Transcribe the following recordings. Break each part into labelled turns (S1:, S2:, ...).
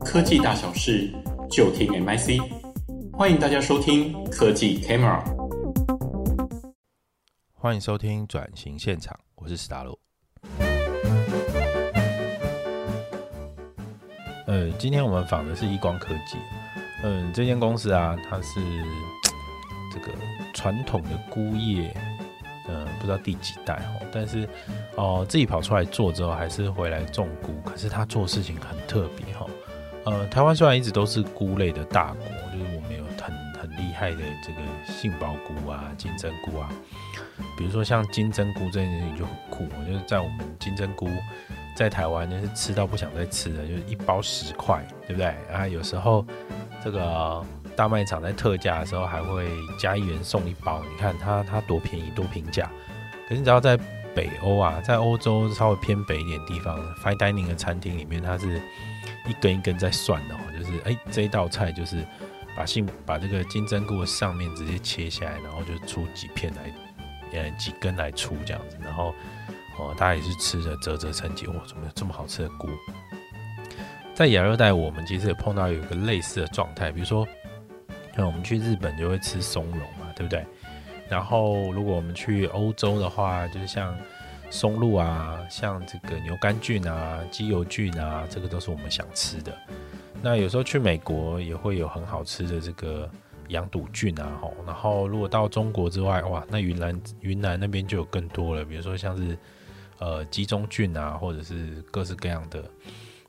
S1: 科技大小事，就听 MIC。欢迎大家收听科技 Camera。
S2: 欢迎收听转型现场，我是史达洛。呃，今天我们访的是易光科技。嗯、这间公司啊，它是这个传统的菇业，嗯、不知道第几代哦，但是哦、自己跑出来做之后，还是回来种菇。可是它做事情很特别哈、呃，台湾虽然一直都是菇类的大国，就是我们有很很厉害的这个杏鲍菇啊、金针菇啊，比如说像金针菇这件事情就很酷，就是在我们金针菇在台湾就是吃到不想再吃的，就是一包十块，对不对？啊，有时候这个大卖场在特价的时候还会加一元送一包，你看它它多便宜多平价。可是你只要在北欧啊，在欧洲稍微偏北一点的地方，fine dining 的餐厅里面，它是一根一根在算的哦，就是哎、这一道菜就是把杏把这个金针菇的上面直接切下来，然后就出几片来，呃几根来出这样子，然后哦大家也是吃着啧啧称奇，哇怎么有这么好吃的菇？在亚热带，我们其实也碰到有一个类似的状态，比如说，像我们去日本就会吃松茸嘛，对不对？然后如果我们去欧洲的话，就是像松露啊，像这个牛肝菌啊、鸡油菌啊，这个都是我们想吃的。那有时候去美国也会有很好吃的这个羊肚菌啊，吼。然后如果到中国之外，哇，那云南云南那边就有更多了，比如说像是呃鸡中菌啊，或者是各式各样的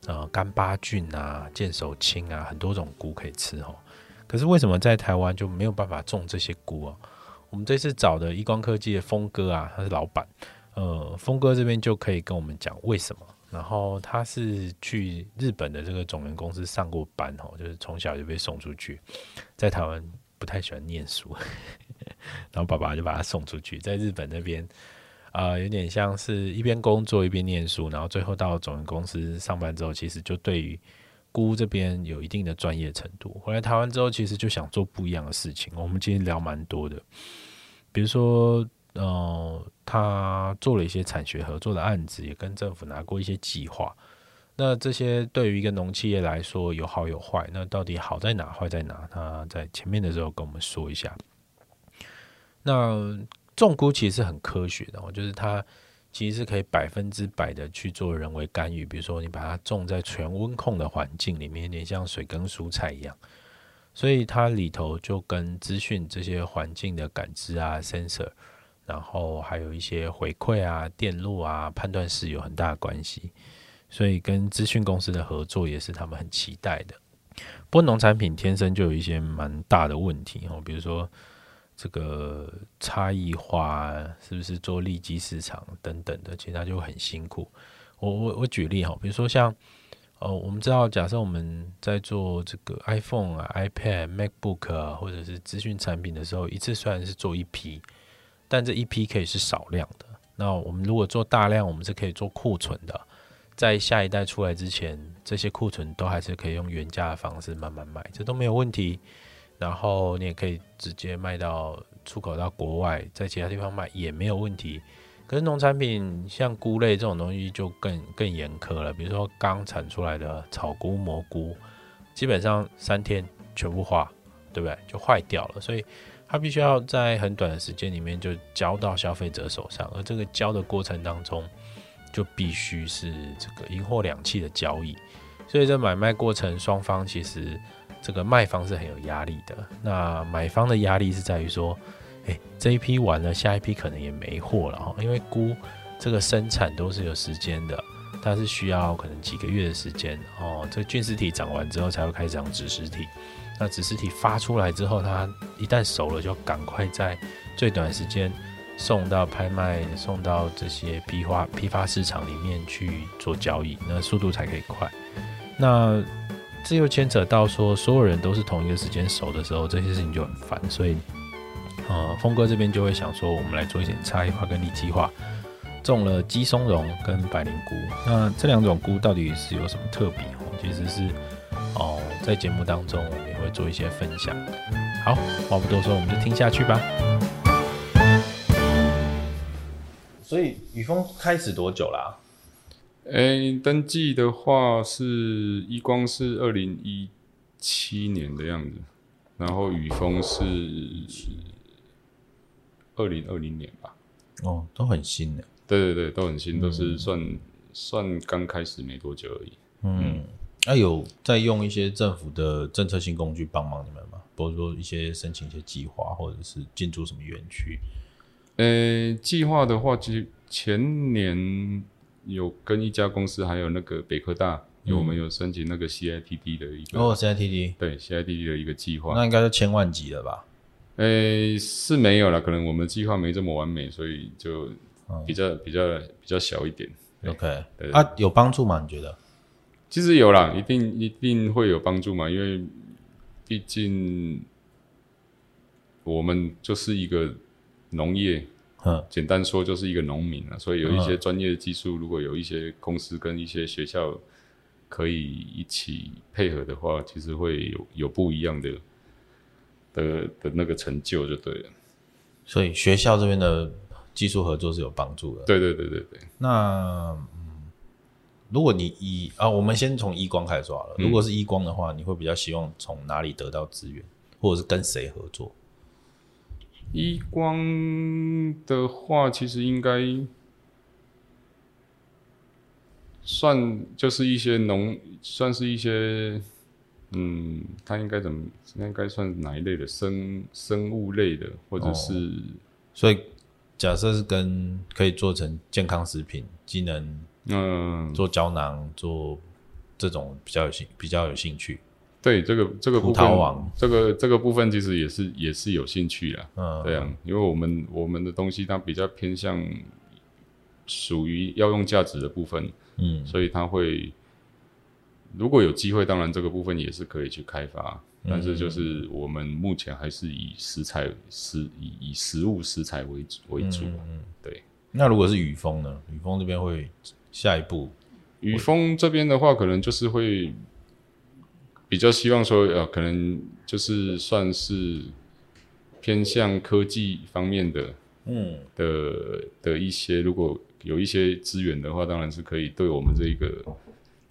S2: 呃干巴菌啊、剑手青啊，很多种菇可以吃哦。可是为什么在台湾就没有办法种这些菇啊？我们这次找的一光科技的峰哥啊，他是老板，呃，峰哥这边就可以跟我们讲为什么。然后他是去日本的这个种源公司上过班哦，就是从小就被送出去，在台湾不太喜欢念书， 然后爸爸就把他送出去，在日本那边，啊、有点像是一边工作一边念书，然后最后到种源公司上班之后，其实就对于姑这边有一定的专业程度。回来台湾之后，其实就想做不一样的事情。我们今天聊蛮多的，比如说，呃，他做了一些产学合作的案子，也跟政府拿过一些计划。那这些对于一个农企业来说有好有坏，那到底好在哪，坏在哪？他在前面的时候跟我们说一下。那种菇其实是很科学的哦，就是它其实是可以百分之百的去做人为干预，比如说你把它种在全温控的环境里面，有点像水耕蔬菜一样。所以它里头就跟资讯这些环境的感知啊、sensor，然后还有一些回馈啊、电路啊、判断式有很大的关系。所以跟资讯公司的合作也是他们很期待的。不过农产品天生就有一些蛮大的问题哦，比如说这个差异化是不是做利基市场等等的，其实它就很辛苦。我我我举例哈，比如说像呃，我们知道，假设我们在做这个 iPhone 啊、iPad、MacBook 啊，或者是资讯产品的时候，一次虽然是做一批，但这一批可以是少量的。那我们如果做大量，我们是可以做库存的，在下一代出来之前，这些库存都还是可以用原价的方式慢慢卖，这都没有问题。然后你也可以直接卖到出口到国外，在其他地方卖也没有问题。可是农产品像菇类这种东西就更更严苛了，比如说刚产出来的草菇、蘑菇，基本上三天全部化，对不对？就坏掉了，所以它必须要在很短的时间里面就交到消费者手上，而这个交的过程当中，就必须是这个银货两讫的交易，所以这买卖过程双方其实这个卖方是很有压力的，那买方的压力是在于说。哎，这一批完了，下一批可能也没货了哈，因为菇这个生产都是有时间的，它是需要可能几个月的时间哦。这菌丝体长完之后才会开始长子实体，那子实体发出来之后，它一旦熟了，就赶快在最短时间送到拍卖，送到这些批发批发市场里面去做交易，那速度才可以快。那这又牵扯到说，所有人都是同一个时间熟的时候，这些事情就很烦，所以呃，峰哥这边就会想说，我们来做一点差异化跟利基化，种了鸡松茸跟百灵菇。那这两种菇到底是有什么特别哦？其实是哦，在节目当中我们也会做一些分享。好，话不多说，我们就听下去吧。所以雨峰开始多久啦、
S3: 诶，登记的话是一光是二零一七年的样子，然后雨峰是二零二零年吧。
S2: 哦，都很新的。
S3: 对对对，都很新，都是算、算刚开始没多久而已。
S2: 嗯，那、有在用一些政府的政策性工具帮忙你们吗？比如说一些申请一些计划，或者是进驻什么园区？
S3: 呃，计划的话，其实前年有跟一家公司，还有那个北科大，有我们有申请那个 CITD 的一个，
S2: 哦，CITD，
S3: 对 CITD 的一个计划。
S2: 那应该是千万级了吧？
S3: 诶，是没有啦，可能我们的计划没这么完美，所以就比较、比较比较小一点。
S2: OK，啊，有帮助吗？你觉得？
S3: 其实有啦，一定一定会有帮助嘛，因为毕竟我们就是一个农业，
S2: 嗯，
S3: 简单说就是一个农民啊，所以有一些专业技术，如果有一些公司跟一些学校可以一起配合的话，其实会有有不一样的的的那个成就就对了。
S2: 所以学校这边的技术合作是有帮助的。
S3: 对对对对对，
S2: 那嗯，如果你以啊，我们先从一光开始说好了。如果是一 E 光的话，你会比较希望从哪里得到资源，或者是跟谁合作？
S3: 一光的话，其实应该算就是一些农，算是一些，嗯，它应该怎么？应该算哪一类的生生物类的，或者是、
S2: 所以假设是跟可以做成健康食品、机能、
S3: 嗯，
S2: 做胶囊、做这种比较有兴比较有兴趣。
S3: 对这个这个部
S2: 葡萄
S3: 分，
S2: 王，
S3: 这个这个部分其实也是也是有兴趣啦。
S2: 嗯，
S3: 对啊，因为我们我们的东西它比较偏向属于药用价值的部分，
S2: 嗯
S3: 所以它会如果有机会，当然这个部分也是可以去开发，但是就是我们目前还是以食材食以以食物食材为主为主。啊对，
S2: 那如果是雨峰呢？雨峰这边会下一步
S3: 雨峰这边的话，可能就是会比较希望说，呃，可能就是算是偏向科技方面的，嗯的的一些，如果有一些资源的话，当然是可以对我们这一个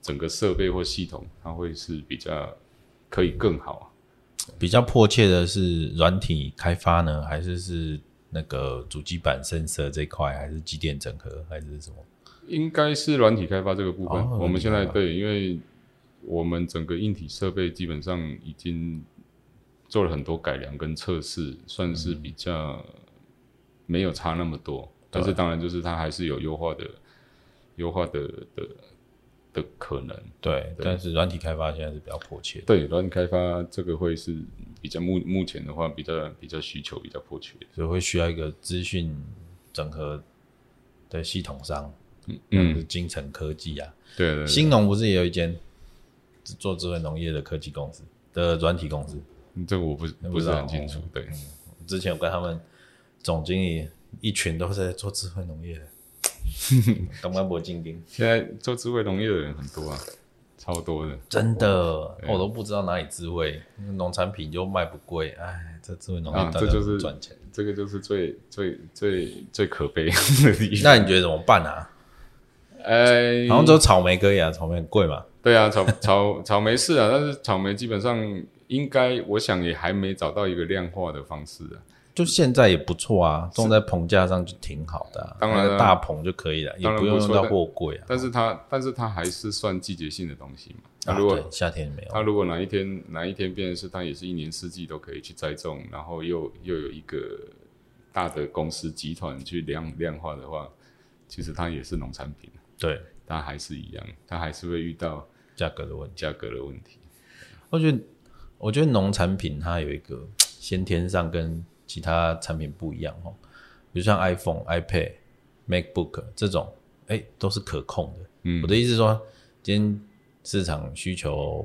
S3: 整个设备或系统，它会是比较可以更好。啊
S2: 比较迫切的是软体开发呢，还是是那个主机板、sensor 这一块，还是机电整合，还是什么？
S3: 应该是软体开发这个部分，
S2: 哦
S3: 我们现
S2: 软
S3: 在
S2: 体开发
S3: 对，因为我们整个硬体设备基本上已经做了很多改良跟测试，算是
S2: 嗯
S3: 比较没有差那么多。但是当然，就是它还是有优化的、优化的的的可能。
S2: 对，
S3: 对
S2: 但是软体开发现在是比较迫切的。
S3: 对，软体开发这个会是比较目目前的话，比较比较需求比较迫切。
S2: 所以会需要一个资讯整合的系统商，
S3: 嗯
S2: 嗯，是金城科技啊，
S3: 对对对，
S2: 新农不是也有一间做智慧农业的科技公司的软体公司？
S3: 这个我不
S2: 不
S3: 不是
S2: 知道哦
S3: 很清楚。对，
S2: 之前有跟他们总经理一群都是在做智慧农 业的，感官博精兵，
S3: 现在做智慧农业的人很多啊，超多的。
S2: 真的，哦我都不知道哪里智慧，农产品又卖不贵，哎，这智慧农业
S3: 啊
S2: 到
S3: 这
S2: 底
S3: 就
S2: 要怎么
S3: 是
S2: 赚钱？
S3: 这个就是最最最最可悲的地方。
S2: 那你觉得怎么办啊？
S3: 哎，
S2: 好像只有草莓可以啊，草莓很贵嘛。
S3: 对啊，草草草莓是啊，但是草莓基本上应该，我想也还没找到一个量化的方式啊。
S2: 就现在也不错啊，种在棚架上就挺好的啊、
S3: 当然了
S2: 那个大棚就可以了，也
S3: 当然
S2: 用
S3: 不错
S2: 用到
S3: 但
S2: 货柜啊。
S3: 但是它，但是它还是算季节性的东西嘛。那、
S2: 啊
S3: 如果
S2: 对夏天没有，
S3: 它如果哪一天哪一天变成是它也是一年四季都可以去栽种，然后又又有一个大的公司集团去量量化的话，其实它也是农产品，
S2: 对
S3: 它还是一样，它还是会遇到
S2: 价格的问题，
S3: 价格的问题。
S2: 我觉得我觉得农产品它有一个先天上跟其他产品不一样哦，比如像 iPhone、iPad、MacBook 这种，哎，都是可控的。
S3: 嗯
S2: 我的意思是说，今天市场需求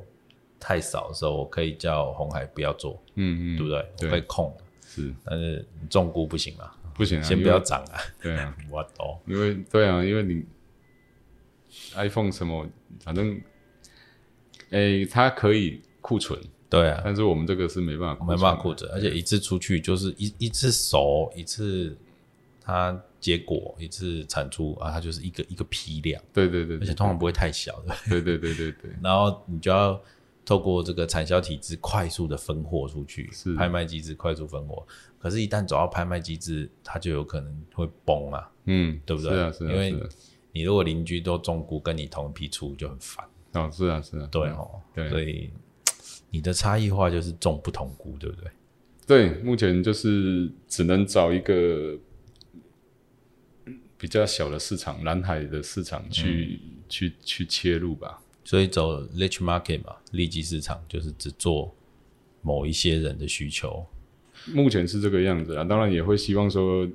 S2: 太少的时候，我可以叫红海不要做，
S3: 嗯嗯，
S2: 对不对？
S3: 对
S2: 我可以控，
S3: 是
S2: 但是重估不行嘛，
S3: 不行啊，
S2: 先不要涨 啊。
S3: 因为对啊，
S2: 我懂。
S3: 因为对啊，因为你 iPhone 什么，反正诶、它可以库存，
S2: 对啊，
S3: 但是我们哦这个是没办法
S2: 我
S3: 存的，
S2: 没办法顾着，而且一次出去就是一一次熟，一次它结果一次产出啊，它就是一个一个批量，
S3: 对对对
S2: 而且
S3: 对
S2: 通常不会太小的，
S3: 对对对对对，
S2: 然后你就要透过这个产销体制快速的分货出去，
S3: 是
S2: 拍卖机制快速分货。可是，一旦走到拍卖机制，它就有可能会崩啊！
S3: 嗯，
S2: 对不对
S3: 是啊是啊
S2: 因为
S3: 是啊，
S2: 你如果邻居都中估跟你同一批出，就很烦。
S3: 哦是啊是啊，
S2: 对哦，
S3: 对
S2: 所以你的差异化就是种不同菇，对不对？
S3: 对，目前就是只能找一个比较小的市场，蓝海的市场去、去去切入吧。
S2: 所以走 niche market 嘛，利基市场就是只做某一些人的需求。
S3: 目前是这个样子啊，当然也会希望说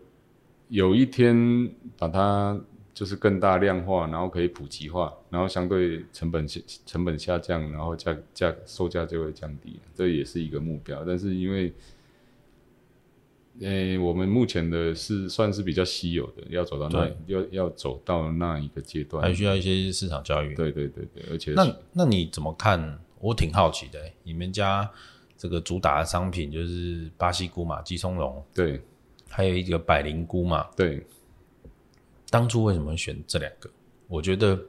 S3: 有一天把它就是更大量化，然后可以普及化，然后相对成本下成本下降，然后价价售价就会降低，这也是一个目标。但是因为诶、我们目前的是算是比较稀有的，要走到那要要走到那一个阶段，
S2: 还需要一些市场教育。
S3: 对对对对，嗯而且
S2: 那那你怎么看？我挺好奇的欸、你们家这个主打的商品就是巴西菇嘛，鸡松茸，
S3: 对
S2: 还有一个百灵菇嘛。
S3: 对
S2: 当初为什么会选这两个？我觉得，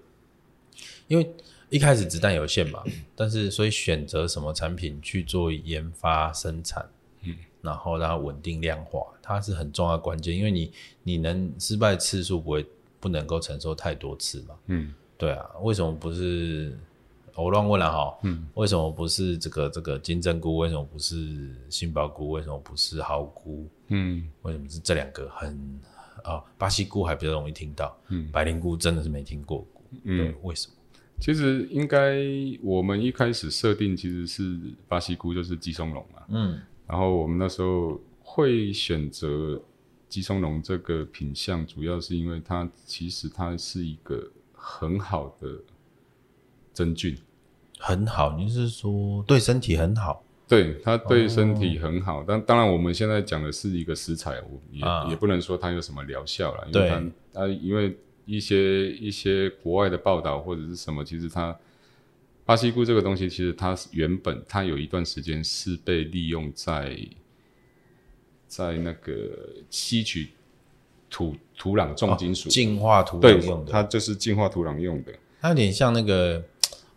S2: 因为一开始子弹有限嘛，但是所以选择什么产品去做研发生产，嗯，然后让它稳定量化，它是很重要的关键，因为你你能失败次数不会不能够承受太多次嘛，
S3: 嗯，
S2: 对啊，为什么不是？我乱问了哈，嗯，为什么不是这个这个金针菇？为什么不是杏鲍菇？为什么不是蒿菇？
S3: 嗯
S2: 为什么是这两个很啊、巴西菇还比较容易听到，嗯，白灵菇真的是没听过菇，
S3: 嗯
S2: 对，为什么？
S3: 其实应该我们一开始设定其实是巴西菇就是鸡松茸嘛，
S2: 嗯
S3: 然后我们那时候会选择鸡松茸这个品相，主要是因为它其实它是一个很好的真菌，
S2: 很好，你是说对身体很好？
S3: 对它对身体很好。但当然我们现在讲的是一个食材，我也、
S2: 哦啊
S3: 也不能说它有什么疗效了，因为它
S2: 对
S3: 它因为一些一些国外的报道或者是什么，其实它。巴西菇这个东西，其实它原本它有一段时间是被利用在在那个吸取土土壤重金属，
S2: 净化土
S3: 对
S2: 壤哦用，的，
S3: 它就是净化土壤用的。
S2: 它有点像那个，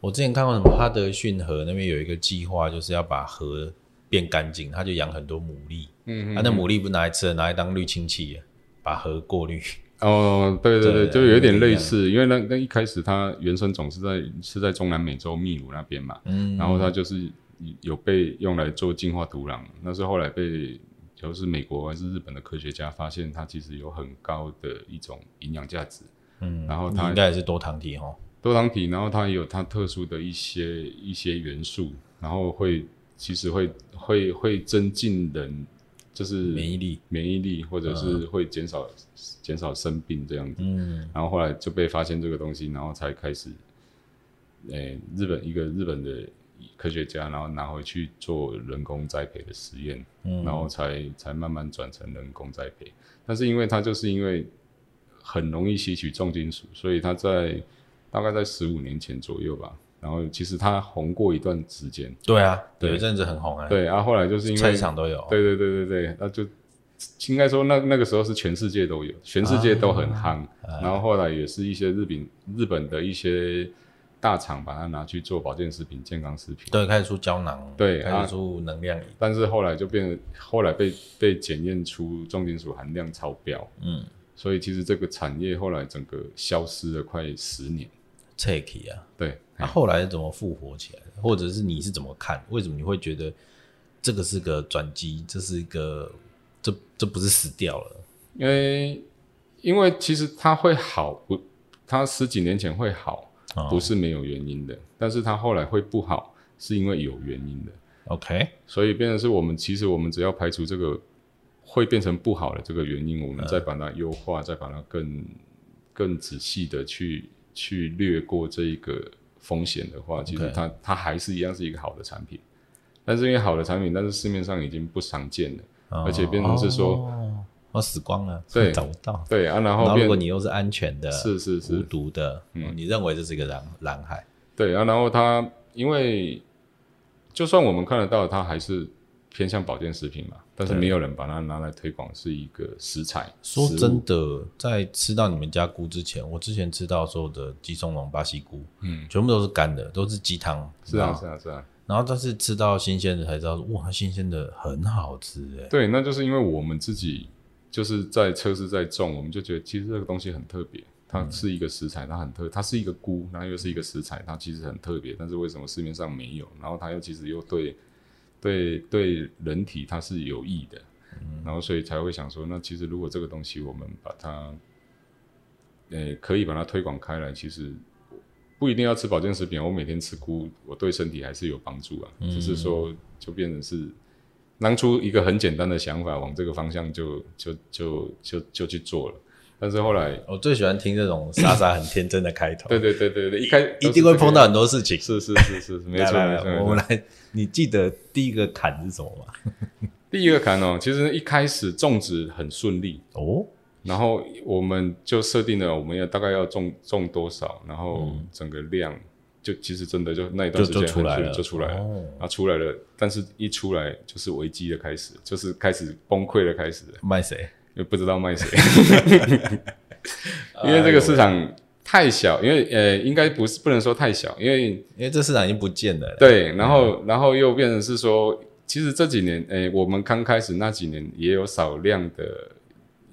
S2: 我之前看过什么哈德逊河那边有一个计划，就是要把河变干净，他就养很多牡蛎，
S3: 嗯
S2: 啊，那牡蛎不拿来吃的，拿来当滤清器的，把河过滤，
S3: 哦，对对
S2: 对
S3: 对，
S2: 对
S3: 就有点
S2: 有点
S3: 类似，因为那那一开始它原生种是在是在中南美洲秘鲁那边嘛，
S2: 嗯，
S3: 然后它就是有被用来做净化土壤，那是后来被就是美国还是日本的科学家发现它其实有很高的一种营养价值，
S2: 嗯，
S3: 然后
S2: 你
S3: 它
S2: 应该也是多糖体哦，
S3: 多糖体，然后它也有它特殊的一些一些元素，然后会其实会会会增进人就是
S2: 免疫力，
S3: 免疫力，或者是会减少减、少生病这样子。
S2: 嗯，
S3: 然后后来就被发现这个东西，然后才开始，诶、日本一个日本的科学家，然后拿回去做人工栽培的实验，
S2: 嗯
S3: 然后才才慢慢转成人工栽培。但是因为它就是因为很容易吸取重金属，所以它在大概在十五年前左右吧，然后其实它红过一段时间，
S2: 对啊，
S3: 对
S2: 有一阵子很红啊，，
S3: 对，然、后后来就是因为
S2: 菜市场都有，
S3: 对对对对对，那就应该说那那个时候是全世界都有，全世界都很夯。然后后来也是一些日本日本的一些大厂把它拿去做保健食品、健康食品。
S2: 对，开始出胶囊，
S3: 对
S2: 开
S3: 啊
S2: 始出能量饮，
S3: 但是后来就变，后来被被检验出重金属含量超标，
S2: 嗯，
S3: 所以其实这个产业后来整个消失了快十年。
S2: c k 啊，
S3: 对，
S2: 那、后来怎么复活起来的？或者是你是怎么看？为什么你会觉得这个是个转机？这是一个，这这不是死掉了？
S3: 因为因为其实它会好，不，它十几年前会好，
S2: 哦
S3: 不是没有原因的，但是它后来会不好，是因为有原因的，
S2: ，OK，
S3: 所以变成是我们其实我们只要排除这个会变成不好的这个原因，我们再把它优化，再把它更更仔细的去去略过这一个风险的话，其实
S2: OK
S3: 它它还是一样是一个好的产品，但是因为好的产品，但是市面上已经不常见了，
S2: 哦
S3: 而且变成是说
S2: 哦，我死光了，
S3: 对
S2: 找不到。
S3: 对啊，然
S2: 然
S3: 后
S2: 后如
S3: 变
S2: 果你又是安全的，
S3: 是是是
S2: 无毒的，嗯、你认为这是一个蓝蓝海？
S3: 对啊，然后它因为就算我们看得到，它还是偏向保健食品嘛，但是没有人把它拿来推广是一个食材。
S2: 说
S3: 食物
S2: 真的，在吃到你们家菇之前，我之前吃到所有的鸡枞龙、巴西菇，
S3: 嗯，
S2: 全部都是干的，都是鸡汤。
S3: 是啊是啊是啊，
S2: 然后但是吃到新鲜的才知道，哇，它新鲜的很好吃哎、
S3: 对，那就是因为我们自己就是在测试在种，我们就觉得其实这个东西很特别，它是一个食材，它很特，它是一个菇，然后又是一个食材，它其实很特别，但是为什么市面上没有？然后它又其实又对对对人体它是有益的，然后所以才会想说，那其实如果这个东西我们把它，呃，可以把它推广开来，其实。不一定要吃保健食品，啊我每天吃菇，我对身体还是有帮助啊。只是说，就变成是当初一个很简单的想法，往这个方向就就就就就去做了。但是后来，
S2: 我最喜欢听这 种傻傻很天真的开头，
S3: 对对对对对，一开
S2: 一定会碰到很多事情。
S3: 是是是是，没错
S2: 来
S3: 没
S2: 来
S3: 错。
S2: 来
S3: 没
S2: 我
S3: 错
S2: 们来，你记得第一个坎是什么吗？
S3: 第一个坎哦，其实一开始种植很顺利，
S2: 哦，
S3: 然后我们就设定了我们要大概要种种多少，然后整个量就其实真的就那一段
S2: 嗯就
S3: 时间
S2: 就出来
S3: 很
S2: 了，
S3: 顺就出来了。
S2: 哦
S3: 啊，出来了，但是一出来就是危机的开始，就是开始崩溃的开始了。
S2: 卖谁？
S3: 也不知道卖谁，因
S2: 哎
S3: 为这个市场太小，因为呃，应该不是不能说太小，因为
S2: 因为这市场已经不见了。，
S3: 对，然后然后又变成是说，其实这几年，诶、我们刚开始那几年也有少量的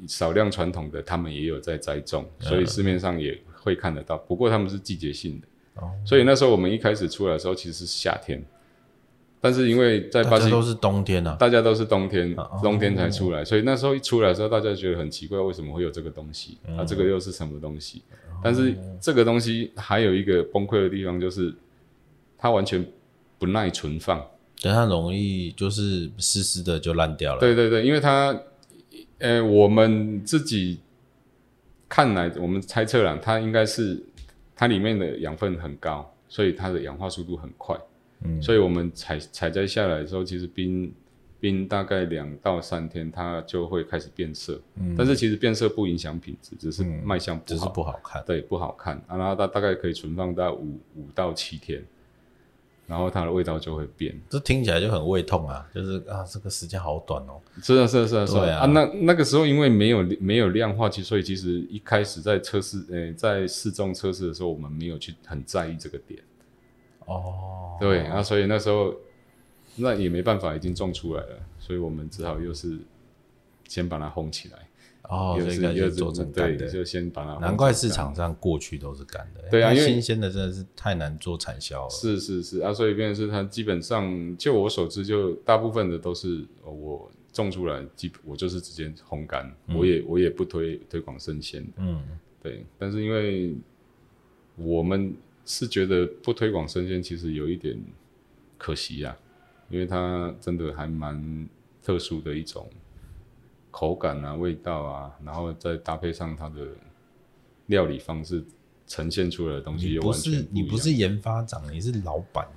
S3: 少量传统的，他们也有在栽种，所以市面上也会看得到。不过他们是季节性的，
S2: 哦
S3: 所以那时候我们一开始出来的时候其实是夏天，但是因为在巴
S2: 大家
S3: 西
S2: 都是冬天啊。
S3: 大家都是冬天
S2: 哦，
S3: 冬天才出来，所以那时候一出来的时候，大家觉得很奇怪，为什么会有这个东西？
S2: 嗯
S3: 啊，这个又是什么东西？
S2: 哦
S3: 但是这个东西还有一个崩溃的地方，就是它完全不耐存放。
S2: 等它容易就是湿湿的就烂掉了。
S3: 对对对，因为它，呃，我们自己看来，我们猜测啦，它应该是它里面的养分很高，所以它的氧化速度很快。嗯，所以我们采采摘下来的时候，其实冰冰大概两到三天，它就会开始变色。嗯，但是其实变色不影响品质，只是卖相不
S2: 嗯只是
S3: 好。
S2: 不好看。
S3: 对，不好看啊，然后它大概可以存放到五五到七天，然后它的味道就会变。
S2: 这听起来就很胃痛啊，就是啊，这个时间好短哦。
S3: 是啊，是啊，是啊，是
S2: 对
S3: 啊
S2: 啊。
S3: 啊，那那个时候因为没有没有量化器，所以其实一开始在测试，呃、在试种测试的时候，我们没有去很在意这个点。
S2: 哦，
S3: 对，啊，所以那时候那也没办法，已经种出来了，所以我们只好又是先把它烘起来，
S2: 哦，
S3: 又
S2: 所以应该
S3: 是又
S2: 就是做成干
S3: 对，
S2: 的。
S3: 就先把它烘
S2: 难怪
S3: 成
S2: 市
S3: 干
S2: 场上过去都是干的。
S3: 对啊
S2: 那
S3: 因为
S2: 新鲜的真的是太难做产销了。
S3: 是是是啊，所以变成是它基本上，就我所知，就大部分的都是呃我种出来，基我就是直接烘干，我也我也不推推广生鲜的，
S2: 嗯，
S3: 对。但是因为我们是觉得不推广生鲜，其实有一点可惜呀、因为它真的还蛮特殊的一种口感啊、味道啊，然后再搭配上它的料理方式。呈现出来的东西
S2: 你
S3: 又
S2: 不
S3: 完全
S2: 是你
S3: 不
S2: 不
S3: 一样
S2: 是研发长，你是老板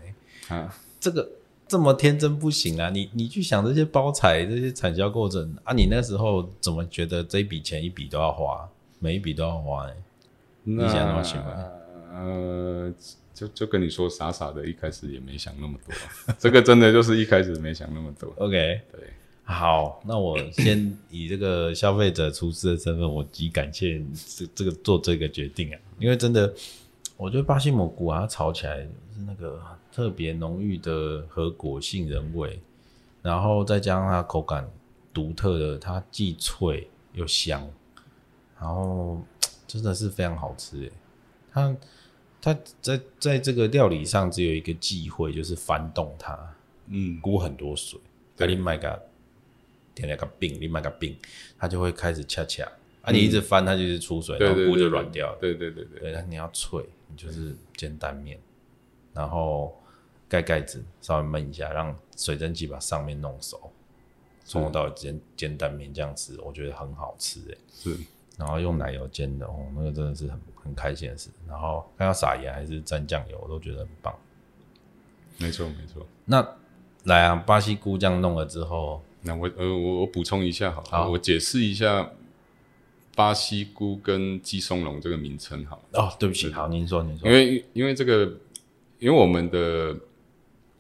S2: 哎、
S3: 啊，
S2: 这个这么天真不行啊！你你去想这些包材、这些产销过程啊，你那时候怎么觉得这一笔钱一笔都要花，每一笔都要花、欸？
S3: 那
S2: 想那么喜欢
S3: 呃，就就跟你说，傻傻的，一开始也没想那么多， 这个真的就是一开始没想那么多。
S2: OK，
S3: 对，
S2: 好，那我先以这个消费者厨师的身份，我极感谢这这个做这个决定啊，因为真的，我觉得巴西蘑菇啊，它炒起来是那个特别浓郁的核果杏仁味，然后再加上它口感独特的，它既脆又香，然后真的是非常好吃诶，它。它在在这个料理上只有一个忌讳，就是翻动它。
S3: 嗯，
S2: 估很多水，啊，你买个点了个病，你买个病，它就会开始恰恰，啊，你一直翻它就是出水，
S3: 对
S2: 然
S3: 对
S2: 后
S3: 对，
S2: 菇就
S3: 对
S2: 软掉了。
S3: 对对对对，
S2: 对，那你要脆，你就是煎蛋面，然后盖盖子，稍微焖一下，让水蒸气把上面弄熟，从头到尾煎煎蛋面这样吃，我觉得很好吃诶、
S3: 是
S2: 然后用奶油煎的，哦，那个真的是很很开心的事。然后看要撒盐还是蘸酱油，我都觉得很棒。
S3: 没错没错。
S2: 那来啊，巴西菇这样弄了之后，
S3: 那我呃我我补充一下好了，
S2: 好
S3: 我解释一下巴西菇跟鸡松茸这个名称好了。
S2: 哦，对不起，好，您说，您说，
S3: 因为因为这个，因为我们的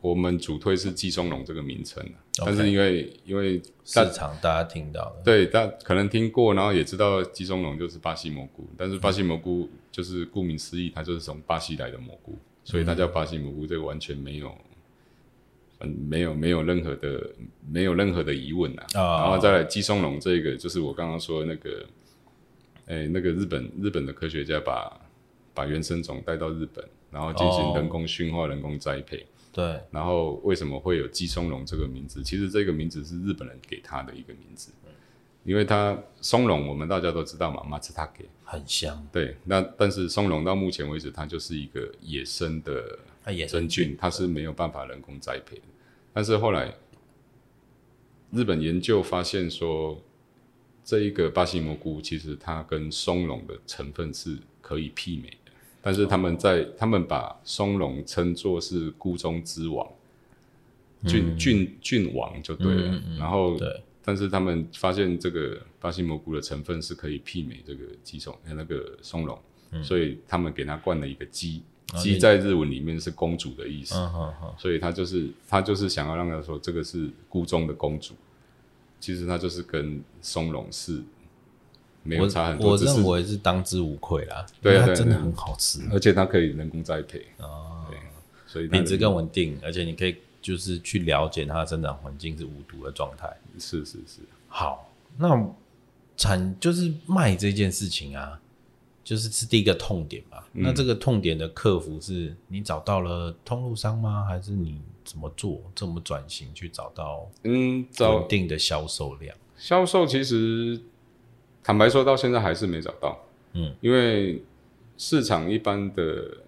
S3: 我们主推是季松龙这个名称啊，
S2: OK
S3: 但是因为因为大
S2: 市场大家听到的，
S3: 对大可能听过，然后也知道季松龙就是巴西蘑菇，但是巴西蘑菇就是顾名思义，它就是从巴西来的蘑菇，所以它叫巴西蘑菇，这个完全没有。嗯，没有没有任何的没有任何的疑问啊，
S2: 啊
S3: 然后再来姬松龙这个，就是我刚刚说的那个，哎、那个日本日本的科学家把把原生种带到日本，然后进行
S2: 哦
S3: 人工驯化、人工栽培，
S2: 对，
S3: 然后为什么会有姬松茸这个名字？其实这个名字是日本人给他的一个名字，因为它松茸我们大家都知道嘛，马自他给
S2: 很香，
S3: 对，那但是松茸到目前为止它就是一个野生的
S2: 它也是
S3: 真菌，它啊是没有办法人工栽培的。但是后来日本研究发现说，这一个巴西蘑菇其实它跟松茸的成分是可以媲美的，但是他们在他们把松茸称作是菇中之王，菌、菌菌王就对了。
S2: 嗯嗯嗯嗯
S3: 然后
S2: 对，
S3: 但是他们发现这个巴西蘑菇的成分是可以媲美这个鸡松呃那个松茸，
S2: 嗯
S3: 所以他们给它冠了一个鸡。鸡在日文里面是公主的意思，
S2: 嗯哼哼，
S3: 所以他就是他就是想要让他说这个是孤中的公主，其实他就是跟松茸是没有差很
S2: 我
S3: 多，
S2: 我
S3: 只是
S2: 认为是当之无愧啦，
S3: 对啊
S2: 因为
S3: 对
S2: 它
S3: 啊
S2: 真的
S3: 对啊
S2: 很好吃，
S3: 而且它可以人工栽培，
S2: 哦
S3: 对，所以它
S2: 品质
S3: 的
S2: 更稳定，而且你可以就是去了解它的生长环境是无毒的状态。
S3: 是是是，
S2: 好，那产就是卖这件事情啊，就是是第一个痛点嘛。
S3: 嗯
S2: 那这个痛点的克服是你找到了通路商吗？还是你怎么做，怎么转型去找到
S3: 嗯，找
S2: 稳定的销售量？
S3: 销售其实坦白说到现在还是没找到，
S2: 嗯，
S3: 因为市场一般的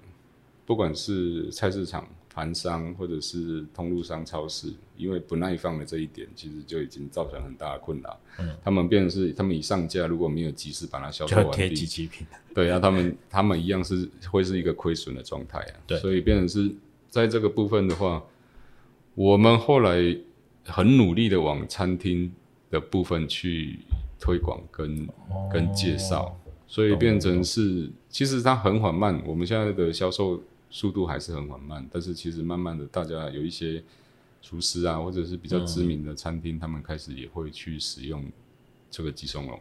S3: 不管是菜市场、盘商或者是通路商、超市，因为不耐放的这一点，其实就已经造成很大的困扰。嗯，他们变成是他们一上架，如果没有及时把它销售
S2: 就
S3: 完
S2: 贴几
S3: 毕，
S2: 极品，
S3: 对，那他们他们一样是会是一个亏损的状态啊。
S2: 对
S3: 所以变成是在这个部分的话，我们后来很努力的往餐厅的部分去推广跟、跟介绍，所以变成是其实它很缓慢，我们现在的销售速度还是很缓慢，但是其实慢慢的大家有一些。厨师啊，或者是比较知名的餐厅，他们开始也会去使用这个鸡松茸。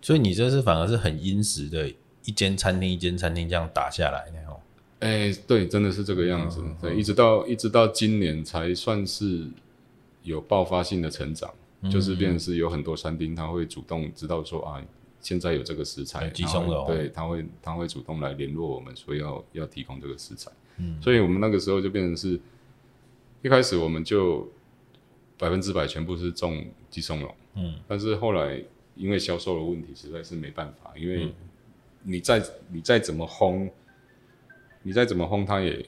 S2: 所以你这是反而是很殷实的，一间餐厅一间餐厅这样打下来的哦。
S3: 哎、对，真的是这个样子。对，一直到一直到今年才算是有爆发性的成长，就是变成是有很多餐厅他会主动知道说啊，现在有这个食材，
S2: 有鸡
S3: 然后
S2: 胸肉
S3: 对，他会他会主动来联络我们说要要提供这个食材。嗯，所以我们那个时候就变成是，一开始我们就百分之百全部是种鸡松茸，嗯，但是后来因为销售的问题，实在是没办法，因为你再你再怎么烘，你再怎么烘，它也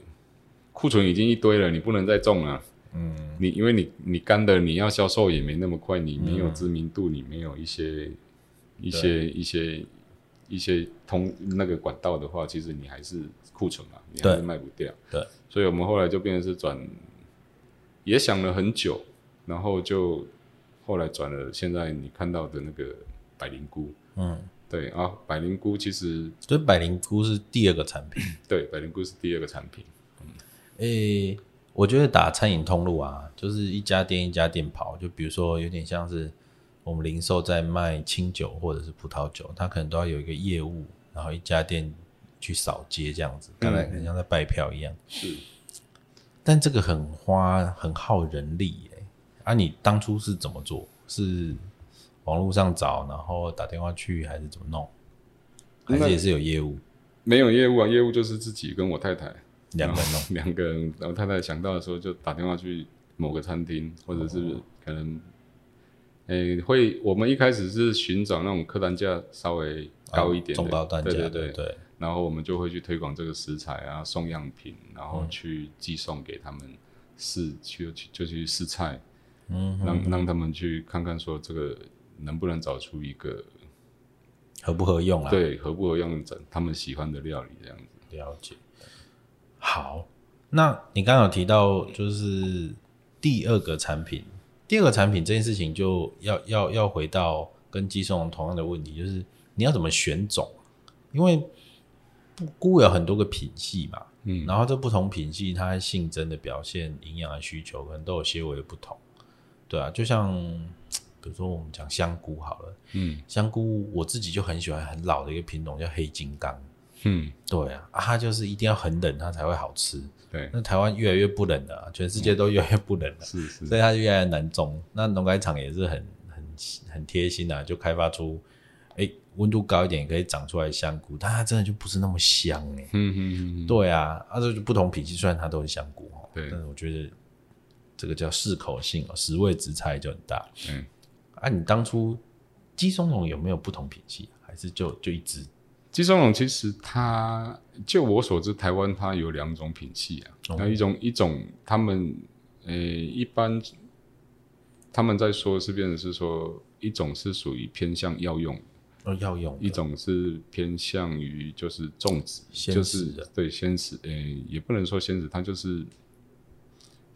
S3: 库存已经一堆了，你不能再种了。嗯，你因为你你干的你要销售也没那么快，你没有
S2: 嗯
S3: 知名度，你没有一些一些一些一些通那个管道的话，其实你还是库存嘛，你还是
S2: 对
S3: 卖不掉。
S2: 对，
S3: 所以我们后来就变成是转，也想了很久，然后就后来转了现在你看到的那个百灵菇。
S2: 嗯，
S3: 对啊，百灵菇其实
S2: 所以百灵菇是第二个产品。
S3: 对百灵菇是第二个产品。
S2: 诶、我觉得打餐饮通路啊，就是一家店一家店跑，就比如说有点像是我们零售在卖清酒或者是葡萄酒，它可能都要有一个业务，然后一家店去扫街这样子，大
S3: 嗯
S2: 概很像在拜票一样。
S3: 是，
S2: 但这个很花很耗人力耶、啊，你当初是怎么做？是网络上找，然后打电话去，还是怎么弄？还
S3: 那
S2: 是也是有业务
S3: 没有业务啊，业务就是自己跟我太太
S2: 两个人弄？
S3: 两个人，然后太太想到的时候就打电话去某个餐厅，或者是
S2: 哦
S3: 可能，诶、会我们一开始是寻找那种客单价稍微高一点的，
S2: 哦啊中高单价，
S3: 对对
S2: 对对，
S3: 然后我们就会去推广这个食材啊，送样品，然后去寄送给他们试，去去就去试菜，
S2: 嗯，
S3: 让让他们去看看说这个能不能找出一个
S2: 合不合用啊？
S3: 对合不合用他们喜欢的料理这样子。
S2: 了解。好，那你刚刚有提到就是第二个产品，第二个产品这件事情就要要要回到跟鸡松茸同样的问题，就是你要怎么选种？因为不菇有很多个品系嘛，
S3: 嗯
S2: 然后这不同品系它性征的表现、营养的需求可能都有些微的不同，对啊，就像比如说我们讲香菇好了，
S3: 嗯
S2: 香菇我自己就很喜欢很老的一个品种叫黑金刚，
S3: 嗯，
S2: 对啊，啊它就是一定要很冷它才会好吃，
S3: 对，
S2: 那台湾越来越不冷了啊、全世界都越来越不冷了，
S3: 是嗯是，
S2: 所以它就越来越难种。那农改场也是很很很贴心啊，就开发出，哎、温度高一点也可以长出来香菇，但它真的就不是那么香哎、
S3: 嗯嗯嗯，
S2: 对啊，啊，这就不同品系，虽然它都是香菇哦，
S3: 对
S2: 但是我觉得这个叫适口性哦，食味之差异就很大。
S3: 嗯，
S2: 啊，你当初鸡枞龙有没有不同品系啊？还是就就一只？
S3: 鸡枞龙其实它，就我所知，台湾它有两种品系啊，
S2: 哦
S3: 那、一种一种他们呃一般他们在说是变成是说一种是属于偏向药用，
S2: 哦，要用的
S3: 一种是偏向于就是种植，
S2: 鲜
S3: 就
S2: 食
S3: 是
S2: 的
S3: 对鲜食，呃、也不能说鲜食，它就是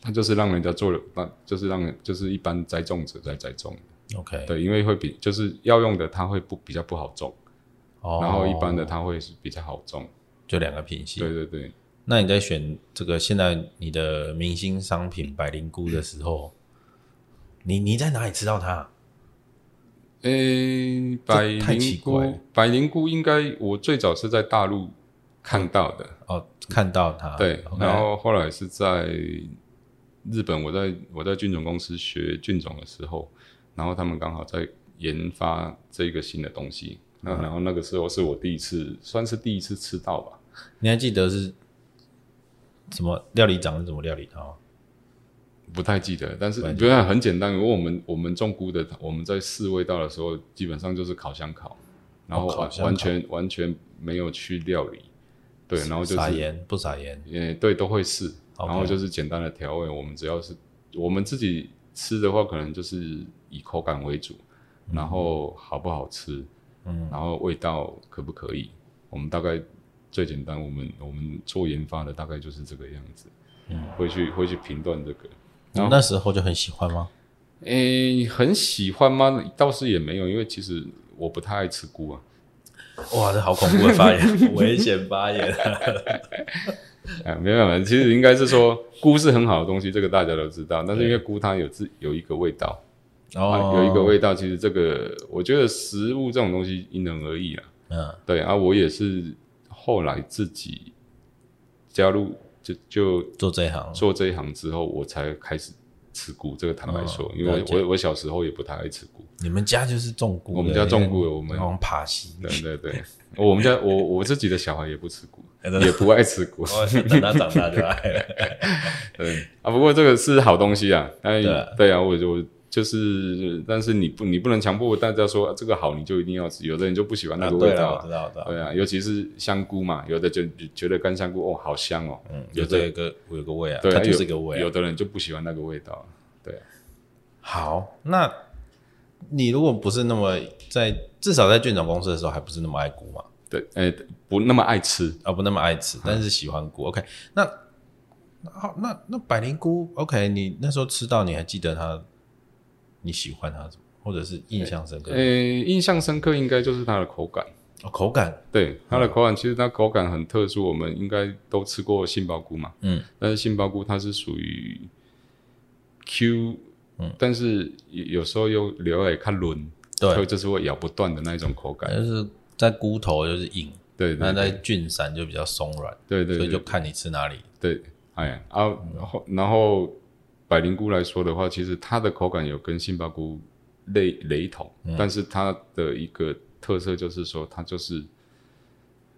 S3: 它就是让人家做了，那就是让人就是一般栽种者在栽种，
S2: ，OK，，
S3: 对，因为会比就是药用的它会不比较不好种，
S2: 哦、
S3: 然后一般的它会是比较好种，
S2: 就两个品系。
S3: 对对对。
S2: 那你在选这个现在你的明星商品百灵菇的时候，你你在哪里吃到它？
S3: 诶、百
S2: 这太奇
S3: 灵
S2: 怪了
S3: 菇，百灵菇应该我最早是在大陆看到的，
S2: 哦，看到它，
S3: 对
S2: o，k
S3: 然后后来是在日本，我在我在菌种公司学菌种的时候，然后他们刚好在研发这个新的东西，那、
S2: 嗯
S3: 然后那个时候是我第一次，算是第一次吃到吧，
S2: 你还记得是什么料理长是怎么料理哦它吗？
S3: 不太记得，但是
S2: 不太记
S3: 不要很简单，因为我们我们种菇的，我们在试味道的时候，基本上就是烤箱烤，然后
S2: 哦烤
S3: 完、
S2: 箱
S3: 完
S2: 烤
S3: 全完全没有去料理，对，然后就是
S2: 撒盐不撒盐？
S3: 呃，对，都会试。
S2: OK
S3: 然后就是简单的调味，我们只要是我们自己吃的话，可能就是以口感为主，然后好不好吃，
S2: 嗯，
S3: 然后味道可不可以，我们大概最简单，我们我们做研发的大概就是这个样子，
S2: 嗯，
S3: 会去会去评断这个。
S2: 你
S3: 然后
S2: 那时候就很喜欢吗？
S3: 诶，很喜欢吗？倒是也没有，因为其实我不太爱吃菇啊。
S2: 哇，这好恐怖的发 言，危险发言。
S3: 啊，没办法，其实应该是说菇是很好的东西，这个大家都知道。但是因为菇它有自有一个味道，啊，
S2: 哦，
S3: 有一个，味道，其实这个我觉得食物这种东西因人而异啦。
S2: 嗯，
S3: 对啊，我也是后来自己加入就就
S2: 做这一行，
S3: 做这一行之后，我才开始吃菇。这个坦白说，
S2: 哦
S3: 因为
S2: 了解
S3: 我我我小时候也不太爱吃菇。
S2: 你们家就是种菇的，
S3: 我们家种菇的我们
S2: 好像爬西，
S3: 对对对，
S2: ，
S3: 我们家我我自己的小孩也不吃菇
S2: 哎真的
S3: 也不爱吃菇。
S2: 哦等他长大就来了。
S3: 对啊，不过这个是好东西啊。哎
S2: 对啊，
S3: 对啊，我就我就是，但是你不你不能强迫大家说、啊这个好你就一定要吃，有的人就不喜欢 那
S2: 啊
S3: 个
S2: 对
S3: 味道
S2: 了，我
S3: 啊
S2: 知道，我知道。
S3: 对啊，尤其是香菇嘛，有的就就觉得干香菇哦，好香哦。
S2: 嗯，
S3: 有
S2: 有
S3: 这
S2: 这个我有个味啊，
S3: 对啊，
S2: 它就是一
S3: 有
S2: 个味、
S3: 有
S2: 啊。
S3: 的人就不喜欢那个味道。对啊，
S2: 好，那你如果不是那么在，至少在卷种公司的时候还不是那么爱菇嘛，
S3: 对，哎，不那么爱吃。
S2: 啊，不那么爱吃，但是喜欢菇。OK，那那好，那那百灵菇，OK，你那时候吃到你还记得它，你喜欢它什么，或者是印象深刻？
S3: 呃，印象深刻应该就是它的口感。
S2: 哦口感，
S3: 对它的口感，其实它口感很特殊，我们应该都吃过杏鲍菇嘛。
S2: 嗯，
S3: 但是杏鲍菇它是属于 Q，
S2: 嗯
S3: 但是有时候又留来看轮，所以
S2: 对，
S3: 就是会咬不断的那一种口感。
S2: 就是在菇头就是硬，
S3: 对
S2: 那
S3: 对
S2: 在
S3: 对
S2: 菌伞就比较松软，
S3: 对对，
S2: 所以就
S3: 对
S2: 看你吃哪里。
S3: 对，哎呀啊，然后然后百灵菇来说的话，其实它的口感有跟杏鲍菇类雷同，但是它的一个特色就是说，它就是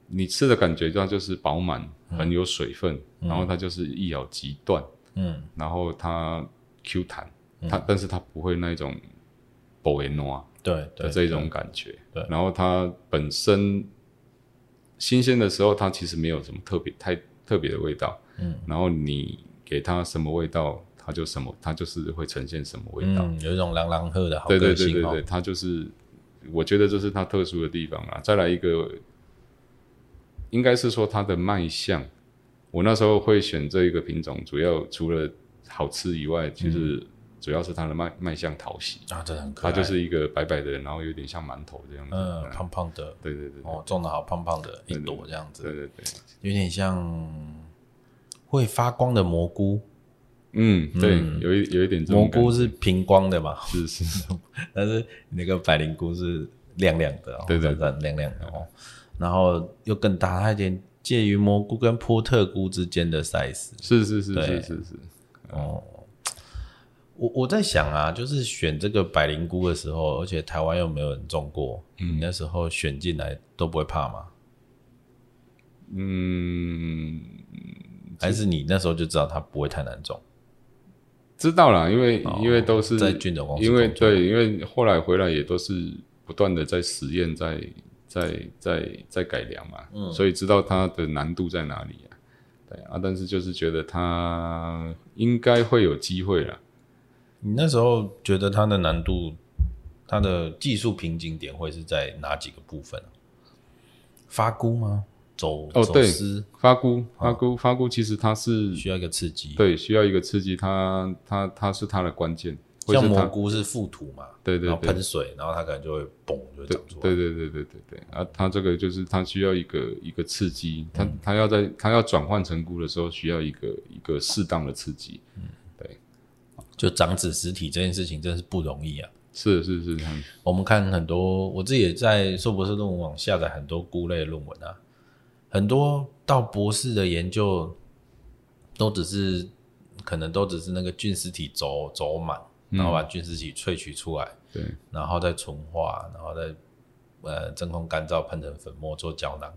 S3: 你吃的感觉，它就是饱满，很有水分，然后它就是一咬即断，
S2: 嗯，
S3: 然后它 Q 弹，它但是它不会那一种薄盐糯
S2: 对对
S3: 的，这一种感觉。
S2: 对对
S3: 然后它本身新鲜的时候，它其实没有什么特别太特别的味道。
S2: 嗯，
S3: 然后你给它什么味道，它就什么，它就是会呈现什么味道。
S2: 嗯，有一种朗朗喝的好
S3: 对对
S2: 个
S3: 对对
S2: 性哦
S3: 对，。它就是我觉得这是它特殊的地方啊。再来一个，应该是说它的卖相。我那时候会选这一个品种，主要除了好吃以外，其实主要是它的卖卖相讨喜。
S2: 啊，真的很可
S3: 它
S2: 爱，
S3: 就是一个白白的，然后有点像馒头这样子。
S2: 嗯，胖胖的
S3: 对对对，
S2: 哦，种的好胖胖的一
S3: 对对
S2: 朵这样子，
S3: 对对对，
S2: 有点像会发光的蘑菇，
S3: 嗯，对，有一有一点这
S2: 蘑
S3: 种感
S2: 菇
S3: 觉
S2: 是平光的嘛，
S3: 是是，
S2: 但是那个百灵菇是亮亮的、哦，
S3: 对对对
S2: 闪闪亮亮的哦。然后又更大，它有点介于蘑菇跟波特菇之间的 size。
S3: 是是是
S2: 对
S3: 是是是，
S2: 我我在想啊，就是选这个百灵菇的时候，而且台湾又没有人种过，你那时候选进来都不会怕吗？
S3: 嗯，
S2: 还是你那时候就知道它不会太难种？
S3: 知道啦，因为
S2: 哦
S3: 因为都是
S2: 在菌种公司
S3: 因为
S2: 工作
S3: 对，因为后来回来也都是不断的在实验，在在在在改良嘛，
S2: 嗯
S3: 所以知道它的难度在哪里啊。对啊，但是就是觉得它应该会有机会啦。
S2: 你那时候觉得它的难度，它的技术瓶颈点会是在哪几个部分啊、发菇吗？走
S3: 哦
S2: 走
S3: 对
S2: 丝
S3: 发菇，
S2: 哦
S3: 发菇，发菇，其实它是
S2: 需要一个刺激，，
S3: 对需要一个刺激，它它它是它的关键，会
S2: 像
S3: 是它
S2: 蘑菇是覆土嘛，
S3: 对对
S2: 然后
S3: 对
S2: 喷水，然后它可能就会嘣就会
S3: 对
S2: 长出来，
S3: 对对对对对对啊！它这个就是它需要一个一个刺激，它
S2: 嗯
S3: 它要在它要转换成菇的时候，需要一个一个适当的刺激。
S2: 就长子实体这件事情真是不容易啊。
S3: 是是是，嗯
S2: 我们看很多，我自己也在硕博士论文网下载很多菇类论文啊，很多到博士的研究都只是可能都只是那个菌丝体走走满，然后把菌丝体萃取出来，
S3: 嗯对，
S2: 然后再纯化，然后再呃真空干燥喷成粉末做胶囊，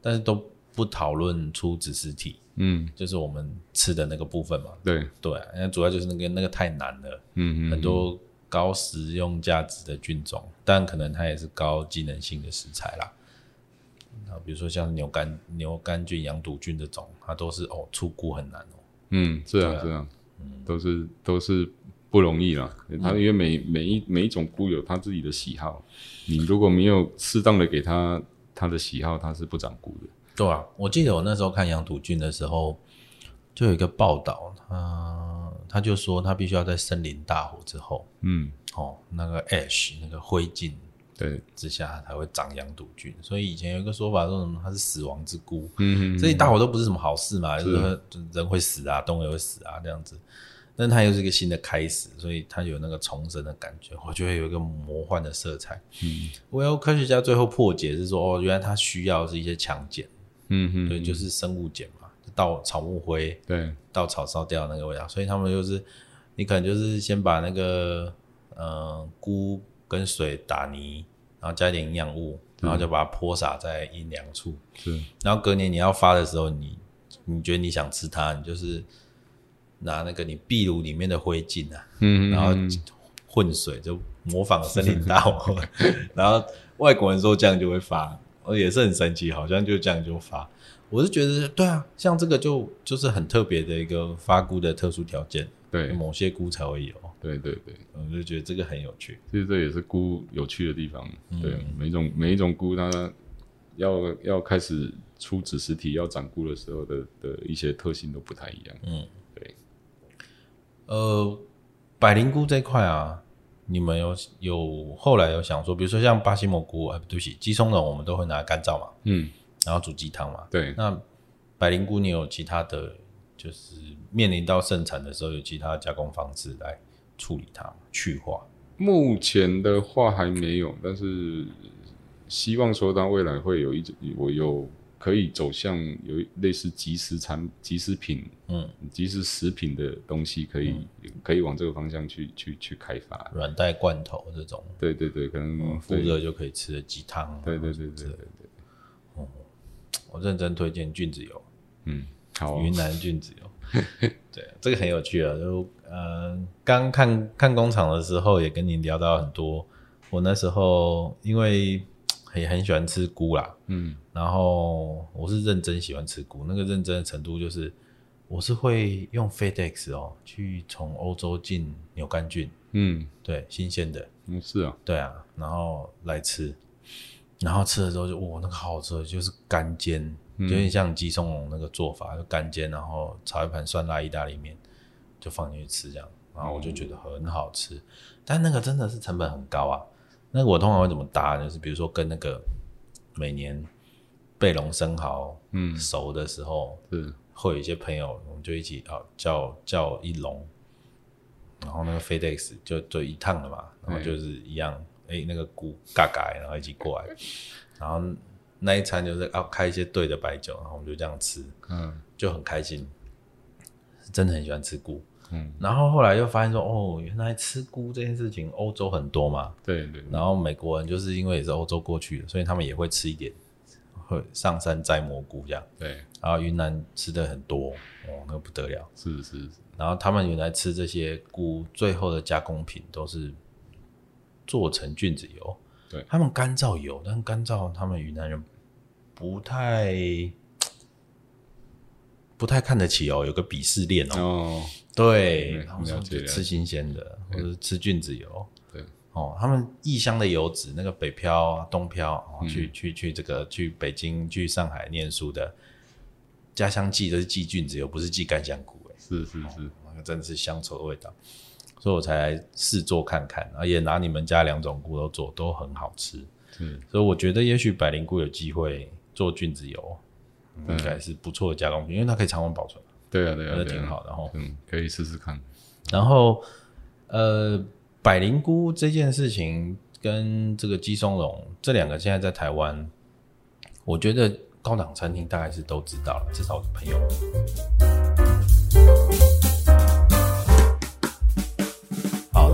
S2: 但是都不讨论出子实体，
S3: 嗯，
S2: 就是我们吃的那个部分嘛。
S3: 对，
S2: 对啊，那主要就是那个那个太难了。
S3: 嗯嗯，
S2: 很多高食用价值的菌种，但可能它也是高机能性的食材啦。啊，比如说像牛肝、牛肝菌、羊肚菌这种，它都是哦出菇很难哦。
S3: 嗯，是啊是啊，
S2: 嗯
S3: 都是都是不容易啦。它因为每每一每一种菇有它自己的喜好，你如果没有适当的给它它的喜好，它是不长菇的。
S2: 对啊，我记得我那时候看羊肚菌的时候，就有一个报道，他他就说他必须要在森林大火之后，
S3: 嗯，
S2: 哦，那个 ash 那个灰烬
S3: 对，
S2: 之下它才会长羊肚菌，所以以前有一个说法说什么它是死亡之菇，
S3: 嗯嗯
S2: 这一大伙都不是什么好事嘛，就是人会死啊，动物也会死啊，这样子。但它又是一个新的开始，所以它有那个重生的感觉，我觉得有一个魔幻的色彩。嗯，Well，科 学家最后破解是说，哦，原来它需要是一些强碱，
S3: 嗯嗯，
S2: 对，就是生物碱嘛，稻草木灰、
S3: 对，
S2: 稻草烧掉那个味道，所以他们就是，你可能就是先把那个呃菇跟水打泥，然后加一点营养物，然后
S3: 嗯
S2: 就把它泼洒在阴凉处，
S3: 是，
S2: 然后隔年你要发的时候，你你觉得你想吃它，你就是拿那个你壁炉里面的灰烬啊，
S3: 嗯，嗯
S2: 然后
S3: 嗯
S2: 混水，就模仿森林大火， 然后外国人说这样就会发，哦也是很神奇，好像就这样就发。我是觉得，对啊，像这个就就是很特别的一个发菇的特殊条件，
S3: 对
S2: 某些菇才会有，
S3: 对对对。
S2: 我就觉得这个很有趣。
S3: 其实这也是菇有趣的地方。对，每一种每一种菇，它要要开始出子实体、要长菇的时候的的一些特性都不太一样。
S2: 呃，百灵菇这一块啊，你们有有后来有想说，比如说像巴西蘑菇，哎，对不起，鸡枞仁我们都会拿干燥嘛，
S3: 嗯，
S2: 然后煮鸡汤嘛。
S3: 对，
S2: 那百灵菇，你有其他的，就是面临到盛产的时候，有其他的加工方式来处理它吗去化？
S3: 目前的话还没有，但是希望说它未来会有一种，我有可以走向有类似即食产、即食品、
S2: 嗯，
S3: 即食食品的东西，可以、可以往这个方向去去去开发。
S2: 软袋罐头这种
S3: 对对对，可能
S2: 复
S3: 嗯对
S2: 热就可以吃的鸡汤啊，
S3: 对对对对对，
S2: 我认真推荐菌子油。
S3: 嗯，好啊、
S2: 云南菌子油。 对，这个很有趣啊。就呃，刚看看工厂的时候，也跟您聊到很多。我那时候因为也很喜欢吃菇啦，
S3: 嗯，
S2: 然后我是认真喜欢吃菇，那个认真的程度就是，我是会用 FedEx 哦，去从欧洲进牛肝菌，
S3: 嗯，
S2: 对，新鲜的，
S3: 嗯是啊，
S2: 对啊，然后来吃，然后吃了之后就哇，那个好好吃，就是干煎，就有点像鸡枞龙那个做法，就干煎，然后炒一盘酸辣意大利面，就放进去吃这样，然后我就觉得很好吃，但那个真的是成本很高啊。那我通常会怎么搭？就是比如说跟那个每年贝龙生蚝
S3: 嗯
S2: 熟的时候
S3: 是，
S2: 会有一些朋友，我们就一起啊叫叫一笼，然后那个 FedEx 就就一趟了嘛，然后就是一样，哎、那个菇嘎嘎，然后一起过来，然后那一餐就是要、啊、开一些对的白酒，然后我们就这样吃，
S3: 嗯
S2: 就很开心，是真的很喜欢吃菇。
S3: 嗯，
S2: 然后后来又发现说，哦，原来吃菇这件事情欧洲很多嘛，
S3: 对对，
S2: 然后美国人就是因为也是欧洲过去的，所以他们也会吃一点，会上山摘蘑菇这样。
S3: 对，
S2: 然后云南吃的很多，哦，那个不得了。
S3: 是是是，
S2: 然后他们原来吃这些菇，最后的加工品都是做成菌子油。
S3: 对
S2: 他们干燥油，但干燥他们云南人不太不太看得起哦，有个鄙视链哦。
S3: 哦，
S2: 对，
S3: 嗯
S2: 他们说
S3: 了解
S2: 就吃新鲜的，或者是吃菌子油。
S3: 对，
S2: 哦，他们异乡的游子，那个北漂啊、东漂，哦、去、
S3: 嗯
S2: 去去这个去北京、去上海念书的，家乡寄都是寄菌子油，不是寄干香菇、欸，
S3: 是是是，
S2: 那个真的是乡愁的味道，所以我才来试做看看，然后也拿你们家两种菇都做，都很好吃，
S3: 是
S2: 所以我觉得也许百灵菇有机会做菌子油，
S3: 嗯
S2: 应该是不错的加工品，因为它可以常温保存，
S3: 对啊对
S2: 觉
S3: 啊，
S2: 得
S3: 对
S2: 挺
S3: 啊，
S2: 好的哈。
S3: 嗯，可以试试看，
S2: 然后呃，百灵菇这件事情跟这个鸡松茸这两个现在在台湾，我觉得高档餐厅大概是都知道了，至少我的朋友。好